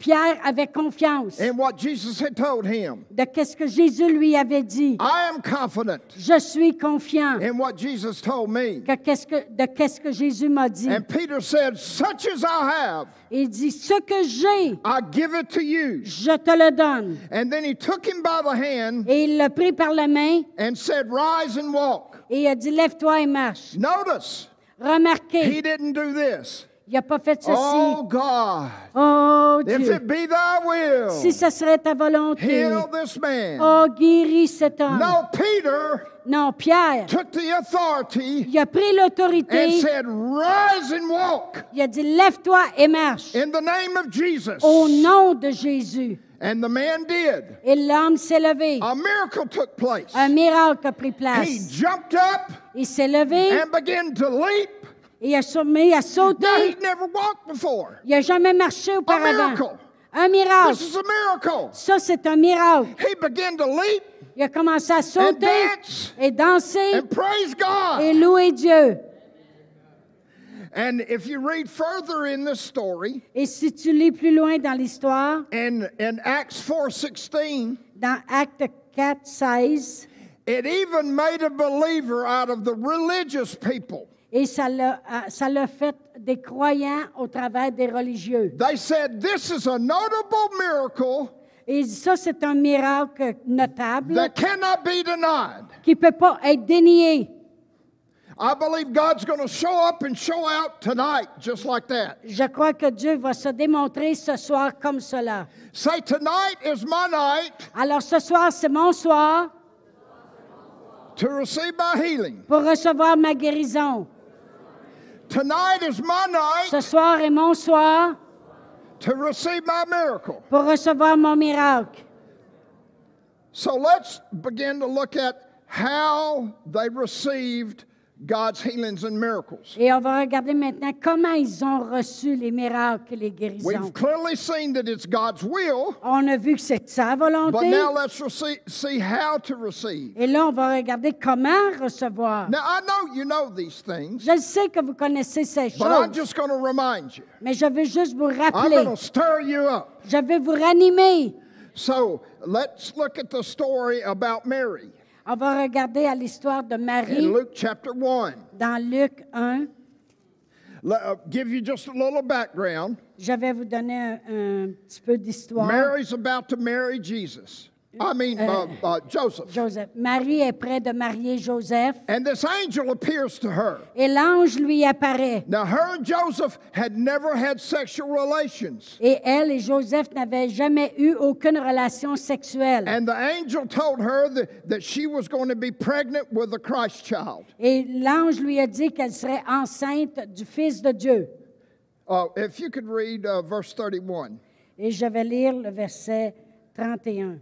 Pierre avait confiance
in what Jesus had told him.
de qu'est-ce que Jésus lui avait dit.
I am confident
Je suis confiant
in what Jesus told me.
que qu'est-ce que- de qu'est-ce que Jésus m'a dit.
And Peter said, Such as I have,
Il dit, ce que j'ai,
I give it to you.
je te le donne.
And then he took him by the hand
Et il l'a pris par la main
and said, Rise and walk.
et il a dit, lève-toi et marche.
Notice, he
Remarquez,
didn't do this.
il n'a pas fait ceci.
Oh God,
Oh
if
Dieu,
it be thy
si
will,
ce serait ta volonté.
heal this man.
Oh, guéris cet homme.
No, Peter
Non, Pierre,
took the authority
il a pris
and
l'autorité.
said, Rise and walk
Il a dit, lève-toi et marche.
in the name of Jesus.
Au nom de Jésus.
And the man did.
Et l'homme s'est levé.
A miracle took place.
Un miracle a pris
He
place.
jumped up
Il s'est levé
and began to leap.
et a sommé à
Now
sauter.
he'd never walked before.
Il n'a jamais marché auparavant.
miracle.
Un
This
miracle.
is a miracle.
Ça, c'est un miracle.
He began to leap
Il a commencé à sauter
dance.
et danser
and praise
et
God.
louer Dieu.
And if you read further in this story,
Et si tu lis plus loin dans l'histoire,
in, in Acts 4:16,
dans Acte 4, 16,
it even made a believer out of the religious people.
et ça l'a ah, ça l'a fait des croyants au travers des religieux.
They said, This is a notable miracle
Et ça, c'est un miracle notable.
that cannot be denied.
qui ne peut pas être dénié.
I believe God's going to show up and show out tonight, just like that.
Je crois que Dieu va se démontrer ce soir comme cela.
Say, Tonight is my night
Alors ce soir, c'est mon soir
to receive my healing.
pour recevoir ma guérison.
Tonight is my night
Ce soir est mon soir
to receive my miracle.
pour recevoir mon miracle.
So let's begin to look at how they received God's healings and miracles.
Et on va regarder maintenant comment ils ont reçu les miracles et les guérisons.
We've clearly seen that it's God's will,
On a vu que c'est de sa
but
volonté.
now let's rece- see how to receive.
Et là, on va regarder comment recevoir.
Now, I know you know these things,
Je sais que vous connaissez ces
but I'm
choses,
just going to remind you.
mais je veux juste vous
I'm
rappeler.
going to stir you up.
Je veux vous ranimer.
So let's look at the story about Mary
On va regarder à l'histoire de Marie.
in Luke chapter 1.
dans Luc 1,
Let- uh, give you just a little background. Uh-huh.
je vais vous donner un, un petit peu d'histoire.
Mary's about to marry Jesus. I mean, uh, uh, Joseph.
Joseph. Marie est près de marier Joseph
And this angel appears to her.
et l'ange lui apparaît.
Now, her and Joseph had never had sexual relations.
Et elle et Joseph n'avaient jamais eu aucune relation sexuelle.
And the angel told her that, that she was going to be pregnant with the Christ child.
Et l'ange lui a dit qu'elle serait enceinte du Fils de Dieu.
Uh, if you could read uh, verse 31.
Et je vais lire le verset 31.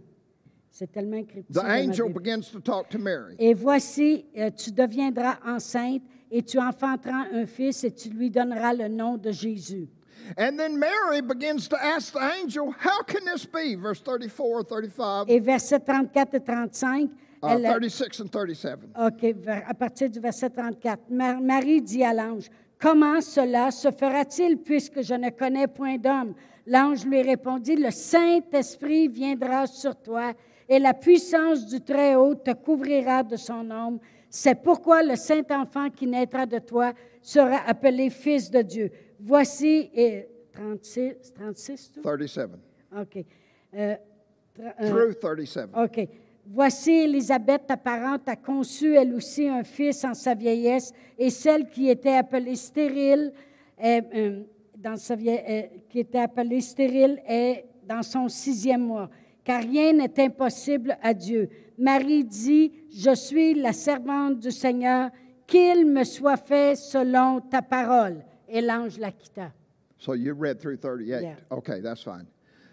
C'est tellement écrit.
The angel begins to talk to Mary.
Et voici, euh, tu deviendras enceinte et tu enfanteras un fils et tu lui donneras le nom de Jésus.
And then Mary begins to ask the angel, How can this be? Verse 34, 35,
Et versets 34 et 35,
uh,
elle,
36, and 37.
OK, vers- à partir du verset 34. Mar- Marie dit à l'ange, Comment cela se fera-t-il puisque je ne connais point d'homme? L'ange lui répondit, Le Saint-Esprit viendra sur toi et la puissance du Très-Haut te couvrira de son ombre. C'est pourquoi le Saint-Enfant qui naîtra de toi sera appelé Fils de Dieu. Voici, et 36, 36 tout?
37.
OK. Euh, tra- euh,
Through 37.
OK. Voici Élisabeth, ta parente, a conçu elle aussi un fils en sa vieillesse, et celle qui était appelée stérile, est, euh, dans sa vie- euh, qui était appelée stérile est dans son sixième mois, car rien n'est impossible à Dieu. Marie dit, je suis la servante du Seigneur, qu'il me soit fait selon ta parole. Et l'ange la quitta.
So you read through 38.
Yeah.
Okay, that's fine.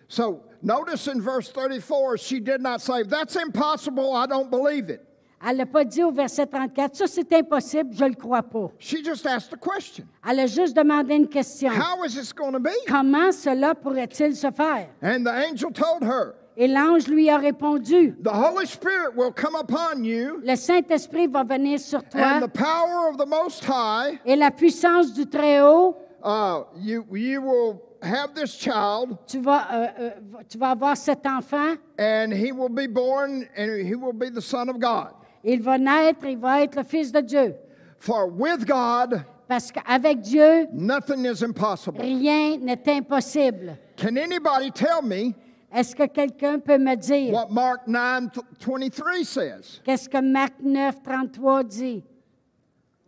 So notice in verse 34, she did not say, That's impossible. I don't believe it.
Elle n'a pas dit au verset 34, ça c'est impossible, je ne le crois pas.
She just asked the question
Elle a juste demandé une question.
How is this going to be?
Comment cela pourrait-il se faire?
And the angel told her,
Et l'ange lui a répondu,
The Holy Spirit will come upon you,
le Saint-Esprit va venir sur toi
and the power of the Most High,
et la puissance du Très-Haut,
uh, you, you will have this child,
tu vas, euh, euh, va- tu vas avoir cet enfant,
and he will be born, and he will be the Son of God.
il va naître, il va être le Fils de Dieu.
For with God,
Parce qu'avec Dieu,
nothing is impossible.
rien n'est impossible.
Can anybody tell me
Est-ce que quelqu'un peut me dire
what Mark 9 th- 23 says?
qu'est-ce que Marc 9, 33 dit?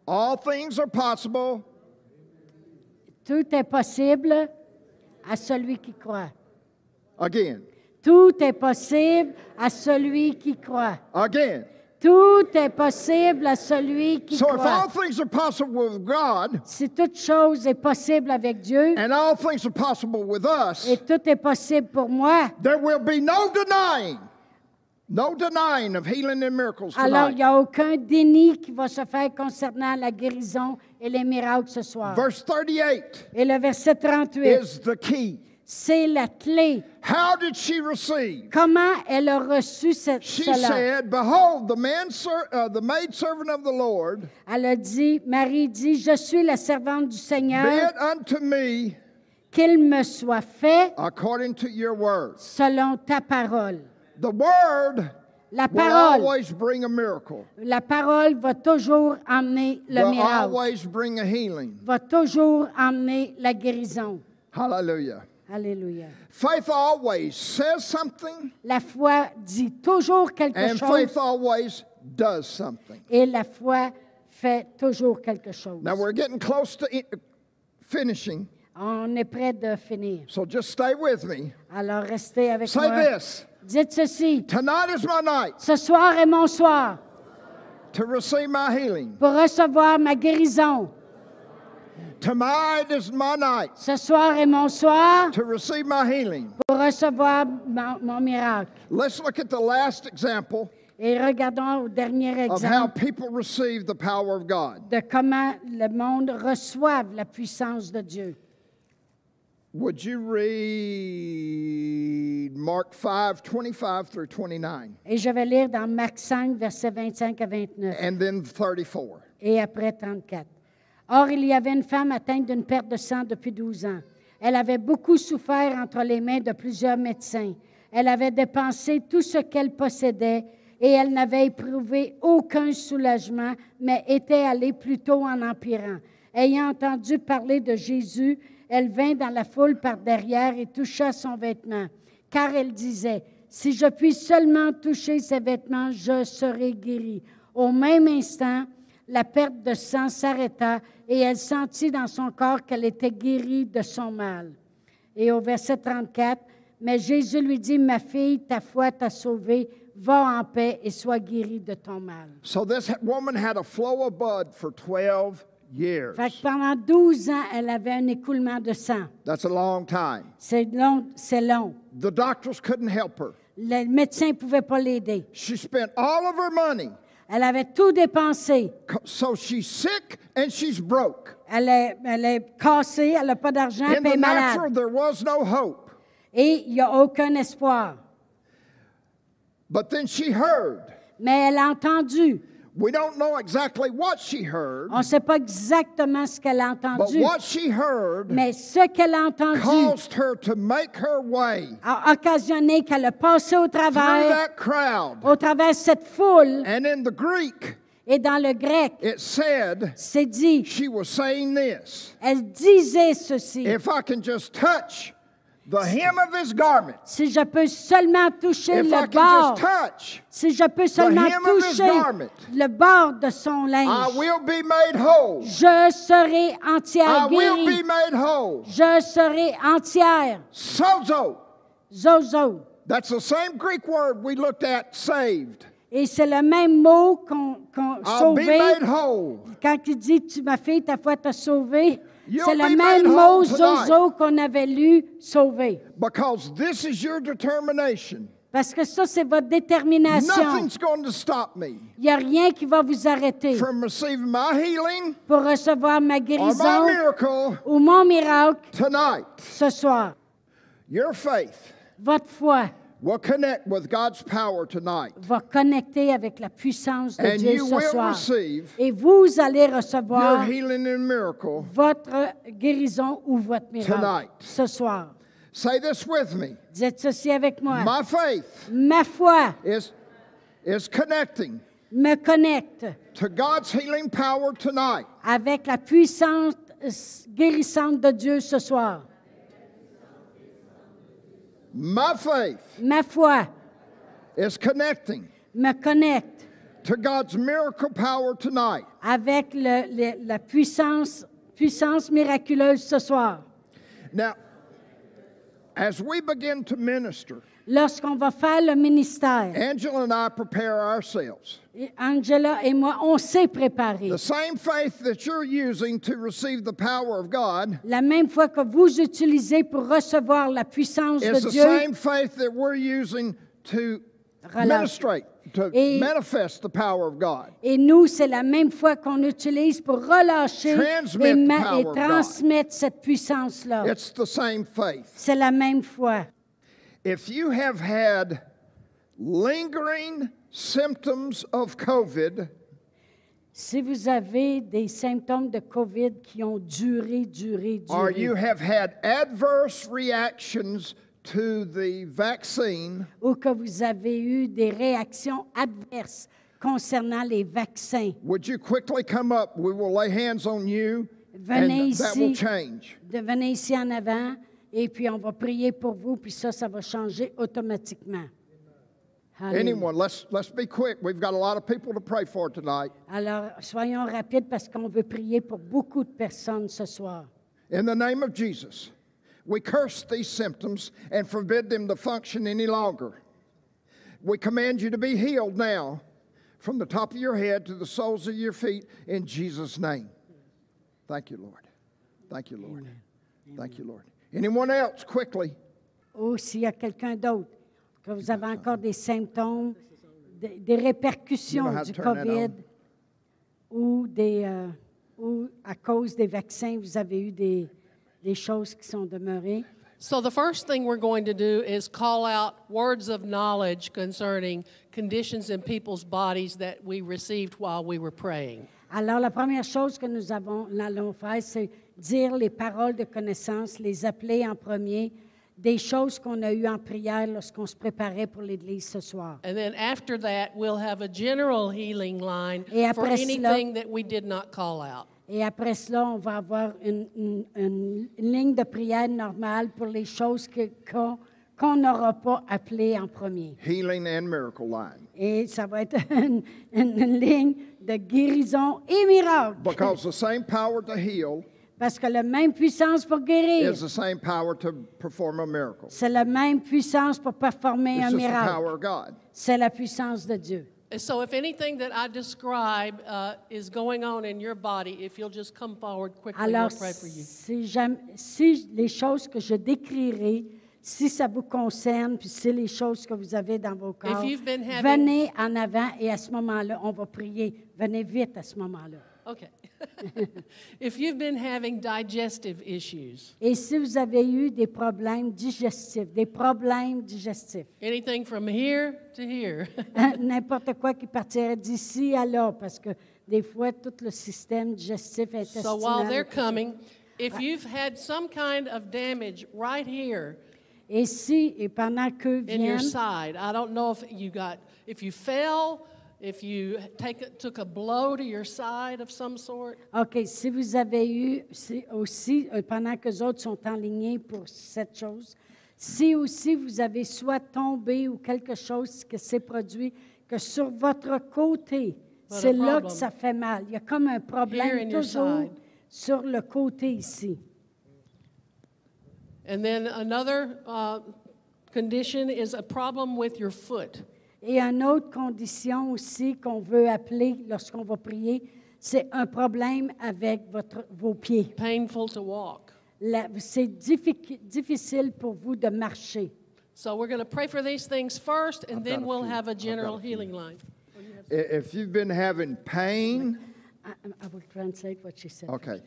All things are possible
Tout est possible à celui qui croit.
again,
Tout est possible à celui qui croit.
again.
Tout est possible à celui qui
So if
croit.
all things are possible with God
Si toute chose est possible avec Dieu
and all things are possible with us,
et tout est possible pour moi,
there will be no denying, no denying of healing and miracles
alors il n'y
tonight.
a aucun déni qui va se faire concernant la guérison et les miracles ce soir.
Verse 38
Et le verset 38,
is the key.
c'est la clé.
How did she receive?
Comment elle a reçu ce-
She
cela?
said, "Behold, the man, ser- uh, the maid servant of the Lord,
Elle a dit, Marie dit, je suis la servante du
be
Seigneur,
it unto me
qu'il me soit fait
according to your word."
selon ta parole.
The word
La
will
parole
always bring a miracle.
La parole va toujours emmener le
Will
miracle,
always bring a healing.
va toujours emmener la guérison.
Hallelujah.
Alléluia.
Faith always says something,
La foi dit toujours quelque
and faith
chose
always does something.
et la foi fait toujours quelque chose.
Now we're getting close to i- finishing,
On est près de finir.
so just stay with me.
Alors restez avec
Say
moi.
this
Dites ceci.
Tonight is my night
Ce soir est mon soir
to receive my healing.
pour recevoir ma guérison.
Tonight is my night
Ce soir est mon soir
to receive my healing.
pour recevoir mon, mon miracle.
Let's look at the last example
Et regardons au dernier
of how
exemple.
people receive the power of God.
de comment le monde reçoive la puissance de Dieu.
Would you read Mark 5 25 through 29
Et je vais lire dans Marc 5, versets 25 à 29
and then 34?
et après 34. Or, il y avait une femme atteinte d'une perte de sang depuis 12 ans. Elle avait beaucoup souffert entre les mains de plusieurs médecins. Elle avait dépensé tout ce qu'elle possédait et elle n'avait éprouvé aucun soulagement, mais était allée plutôt en empirant. Ayant entendu parler de Jésus, elle vint dans la foule par derrière et toucha son vêtement, car elle disait, Si je puis seulement toucher ses vêtements, je serai guérie. Au même instant, la perte de sang s'arrêta et elle sentit dans son corps qu'elle était guérie de son mal. Et au verset 34, mais Jésus lui dit, ma fille, ta foi t'a sauvée, va en paix et sois guérie de ton mal.
So this woman had a flow of blood for 12 years.
Fait que pendant 12 ans, elle avait un écoulement de sang.
That's a long time.
C'est long, c'est long.
The doctors couldn't help her.
Le médecin ne pouvait pas l'aider.
She spent all of her money.
Elle avait tout dépensé.
Co- So she's sick and she's broke.
Elle est, elle est cassée, elle n'a pas d'argent,
In
elle
the
est malade.
natural, there was no hope.
Et il n'y a aucun espoir.
But then she heard.
Mais elle a entendu.
We don't know exactly what she heard,
On ne sait pas exactement ce qu'elle a
but
entendu.
what she heard
Mais ce qu'elle a entendu
caused her to make her way
a occasionné qu'elle a passé au
through
travers,
that crowd.
au travers de cette foule.
And in the Greek,
Et dans le grec,
it said
c'est dit,
she was saying this
elle disait ceci.
If I can just touch the hem of his garment,
Si je peux seulement toucher
if I
le
can
bord,
just touch,
si je peux seulement
hem of his
toucher
garment.
le bord de son
I
linge,
will be made whole.
je serai
I
entière
will be
guérie.
made whole.
Je serai entière.
Sozo.
Zozo.
That's the same Greek word we looked at, saved.
Et c'est le même mot qu'on qu'on
I'll be
sauvé.
made whole.
Quand il dit tu ma fille, ta foi t'a sauvée,
You'll
c'est
be
le même
made
mot
whole tonight.
zozo qu'on avait lu sauvé.
Because this is your determination.
Parce que ça, c'est votre détermination.
Nothing's going to stop me
Il n'y a rien qui va vous arrêter
from receiving my healing
pour recevoir ma
or my
guérison
miracle
ou mon miracle
tonight.
ce soir.
Your faith
Votre foi
will connect with God's power tonight.
va connecter avec la puissance de
And
Dieu
you
ce
will
soir.
receive
Et vous allez
your
recevoir
healing and miracle.
votre guérison ou votre miracle
Tonight.
ce soir.
Say this with me.
Dites ceci avec moi.
My faith
Ma foi
is, is connecting
me connecte
to God's healing power tonight.
avec la puissance euh, guérissante de Dieu ce soir.
My faith
Ma foi
is connecting
me connecte
to God's miracle power tonight.
avec le- le- la puissance, puissance miraculeuse ce soir.
Now, as we begin to minister,
Lorsqu'on va faire le ministère,
Angela and I prepare ourselves.
et Angela et moi, on s'est préparés.
The same faith that you're using to receive the power of God
La même foi que vous utilisez pour recevoir la puissance
is
de
the
Dieu,
same faith that we're using to
Relâche.
ministrate, to
Et-
manifest the power of God.
et nous, c'est la même foi qu'on utilise pour relâcher
Transmit
et, ma-
the power
et
of God.
transmettre cette puissance-là.
It's the same faith.
C'est la même foi.
If you have had lingering symptoms of COVID,
Si vous avez des symptômes de COVID qui ont duré, duré,
or
duré,
you have had adverse reactions to the vaccine,
ou que vous avez eu des réactions adverses concernant les vaccins,
Would you quickly come up? We will lay hands on you, and
Venez
that will
ici.
change.
de venez ici en avant et puis on va prier pour vous, puis ça, ça va changer automatiquement. Alléluia.
Anyone, let's let's be quick. We've got a lot of people to pray for tonight.
Alors, soyons rapides parce qu'on veut prier pour beaucoup de personnes ce soir.
In the name of Jesus, we curse these symptoms and forbid them to function any longer. We command you to be healed now, from the top of your head to the soles of your feet, in Jesus' name. Thank you, Lord. Thank you, Lord. Thank you, Lord. Anyone else, quickly?
Ou Oh, s'il y a quelqu'un d'autre, que vous avez encore des symptômes, des, des répercussions
You know how to
du
turn that
COVID ou, des, euh, ou à cause des vaccins, vous avez eu des, des choses qui sont demeurées.
So, the first thing we're going to do is call out words of knowledge concerning conditions in people's bodies that we received while we were praying.
Alors, la première chose que nous avons, allons faire, c'est dire les paroles de connaissance, les appeler en premier, des choses qu'on a eues en prière lorsqu'on se préparait pour l'Église ce soir.
And then after that, we'll have a general healing line
Et
for
après cela-
anything that we did not call out.
Et après cela, on va avoir une, une- une ligne de prière normale pour les choses que- qu'on qu'on n'aura pas appelé en premier.
Healing and miracle line.
Et ça va être *laughs* une, une- une ligne de guérison et miracle.
Because the same power to heal
Parce que la même puissance pour guérir,
is the same power to perform a miracle.
c'est la même puissance pour performer
It's
un
just the
miracle.
power of God.
C'est la puissance de Dieu.
So, if anything that I describe uh, is going on in your body, if you'll just come forward quickly, we'll
Alors,
pray for you.
si, j'aime- si les choses que je décrirai, si ça vous concerne, puis si les choses que vous avez dans vos corps,
you've been having-
venez en avant et à ce moment-là, on va prier. Venez vite à ce moment-là.
Okay. *laughs* if you've been having digestive issues,
Et si vous avez eu des problèmes digestifs, des problèmes digestifs, *laughs*
anything from here to here, *laughs*
hein, n'importe quoi qui partirait d'ici à là, parce que des fois, tout le système digestif est
so while they're coming, if you've had some kind of damage right here
Et si, et pendant qu'eux
in your
viennent,
side, I don't know if you got, if you fell, if you take, took a blow to your side of some sort,
OK, si vous avez eu si aussi, euh, pendant que les autres sont enlignés pour cette chose, si aussi vous avez soit tombé ou quelque chose qui s'est produit, que sur votre côté,
Pas de
c'est là que
problème.
ça fait mal. Il y a comme un
Here
problème
in your
toujours
side.
sur le côté ici.
and then another uh, condition is a problem with your foot.
Et une autre condition aussi qu'on veut appeler lorsqu'on va prier, c'est un problème avec votre, vos pieds.
painful to walk.
La- C'est difficu- difficile pour vous de marcher.
So we're going to pray for these things first,
got
and then
a
we'll
few.
have a
I've got
general
a few.
healing line.
I- If you've been having pain,
I, I will translate what she said.
okay.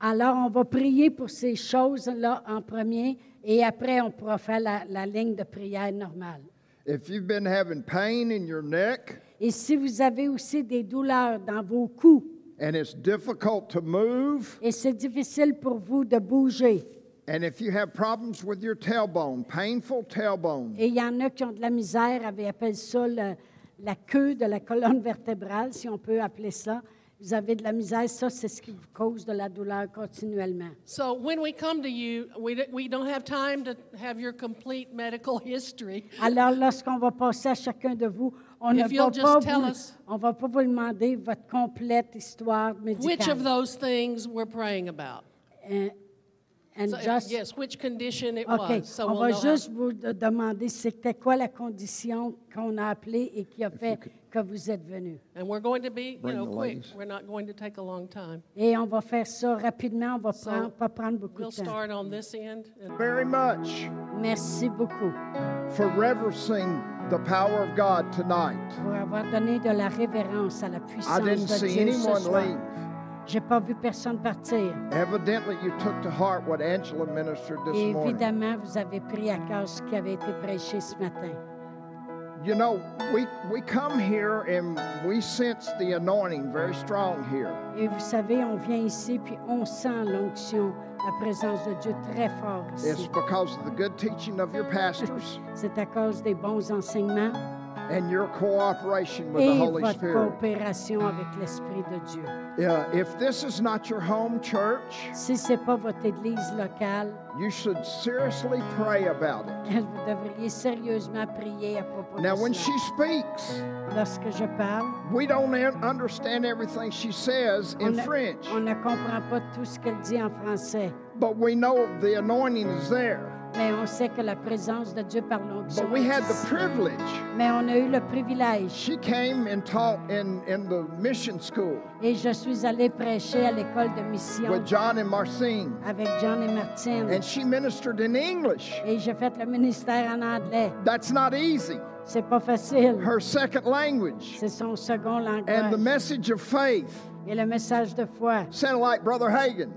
Alors, on va prier pour ces choses-là en premier, et après, on pourra faire la, la ligne de prière normale.
If you've been having pain in your neck
Et si vous avez aussi des douleurs dans vos coups,
and it's difficult to move,
et c'est difficile pour vous de bouger,
and if you have problems with your tailbone, painful tailbone,
Et il y en a qui ont de la misère, avec- ils appellent ça le- la queue de la colonne vertébrale, si on peut appeler ça. Vous avez de la misère, ça, c'est ce qui vous cause de la douleur continuellement.
So when we come to you, we, d- we don't have time to have your complete medical *laughs* history.
Alors, lorsqu'on va passer à chacun de vous, on ne
If you'll
va
just
pas
tell
vous,
us-
on va pas vous demander votre complète histoire
Which of
médicale. Euh,
those things we're praying about?
And
So,
just-
yes, which condition it
OK,
was. So
on
we'll
va
know how-
juste vous de- demander c'était quoi la condition qu'on a appelée et qui a fait que vous êtes venu.
and we're going to be, you
Bring
know,
the
quick.
ladies.
We're not going to take a long time.
Et on va faire ça rapidement, on va prendre- pas prendre beaucoup
We'll
de temps.
start on this end. and-
very much
Merci beaucoup
for reversing the power of God tonight.
pour avoir donné de la révérence à la
I
puissance
didn't
de
see
Dieu ce
anyone
soir.
leave.
J'ai pas vu personne partir.
Evidently, you took to heart what Angela ministered this
Et
morning.
évidemment, vous avez pris à cœur ce qui avait été prêché ce matin.
You know, we, we come here and we sense the anointing very strong here.
Et vous savez, on vient ici puis on sent l'onction, la présence de Dieu très fort
It's
ici.
because of the good teaching of your pastors
C'est à cause des bons enseignements
and your cooperation with the
et
Holy
votre
Spirit.
coopération avec l'Esprit de Dieu.
Yeah, if this is not your home church,
Si c'est pas votre église locale, *laughs*
you should seriously pray about it.
vous devriez sérieusement prier à propos
Now,
de
when
cela.
she speaks,
Lorsque je parle,
we don't un- understand everything she says
On
in
ne-
French,
On ne comprend pas tout ce qu'elle dit en français,
but we know the anointing is there.
mais on sait que la présence de Dieu par l'onction.
But we
est
had the
ici.
privilege.
Mais on a eu le privilège
She came and taught in, in the mission school
et je suis allée prêcher à l'école de mission
with John and Marcine,
avec John et Martine
and she ministered in English.
et j'ai fait le ministère en anglais.
That's not easy.
C'est pas facile.
Her second language
C'est son second
and the
langage.
message of faith
Et le message de foi
sounded like Brother Hagen,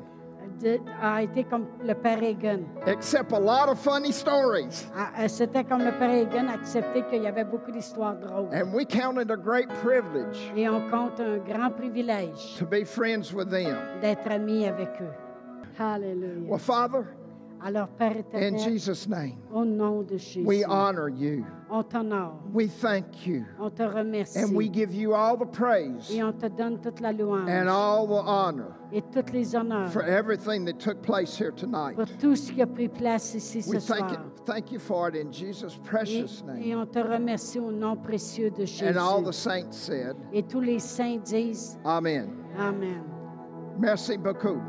de- a été comme le père Egan.
except a lot of funny stories.
Ah, ah, C'était comme le père Egan accepter qu'il y avait beaucoup d'histoires drôles.
And we counted a great privilege
Et on compte un grand privilège.
to be friends with them.
d'être amis avec eux. Alléluia.
Well, Father,
Alors, Père
In
éternel,
Jesus' name,
au nom de Jésus,
we honor you.
on t'honore,
We thank you.
on te remercie
And we give you all the praise
et on te donne toute la louange
and all the honor
et tous les honneurs
for everything that took place here tonight.
pour tout ce qui a pris place ici
We
ce
thank
soir.
you, thank you for it in Jesus'
Et,
precious
et
name.
on te remercie au nom précieux de Jésus.
And all the saints said,
Et tous les saints disent
Amen.
Amen.
Merci beaucoup.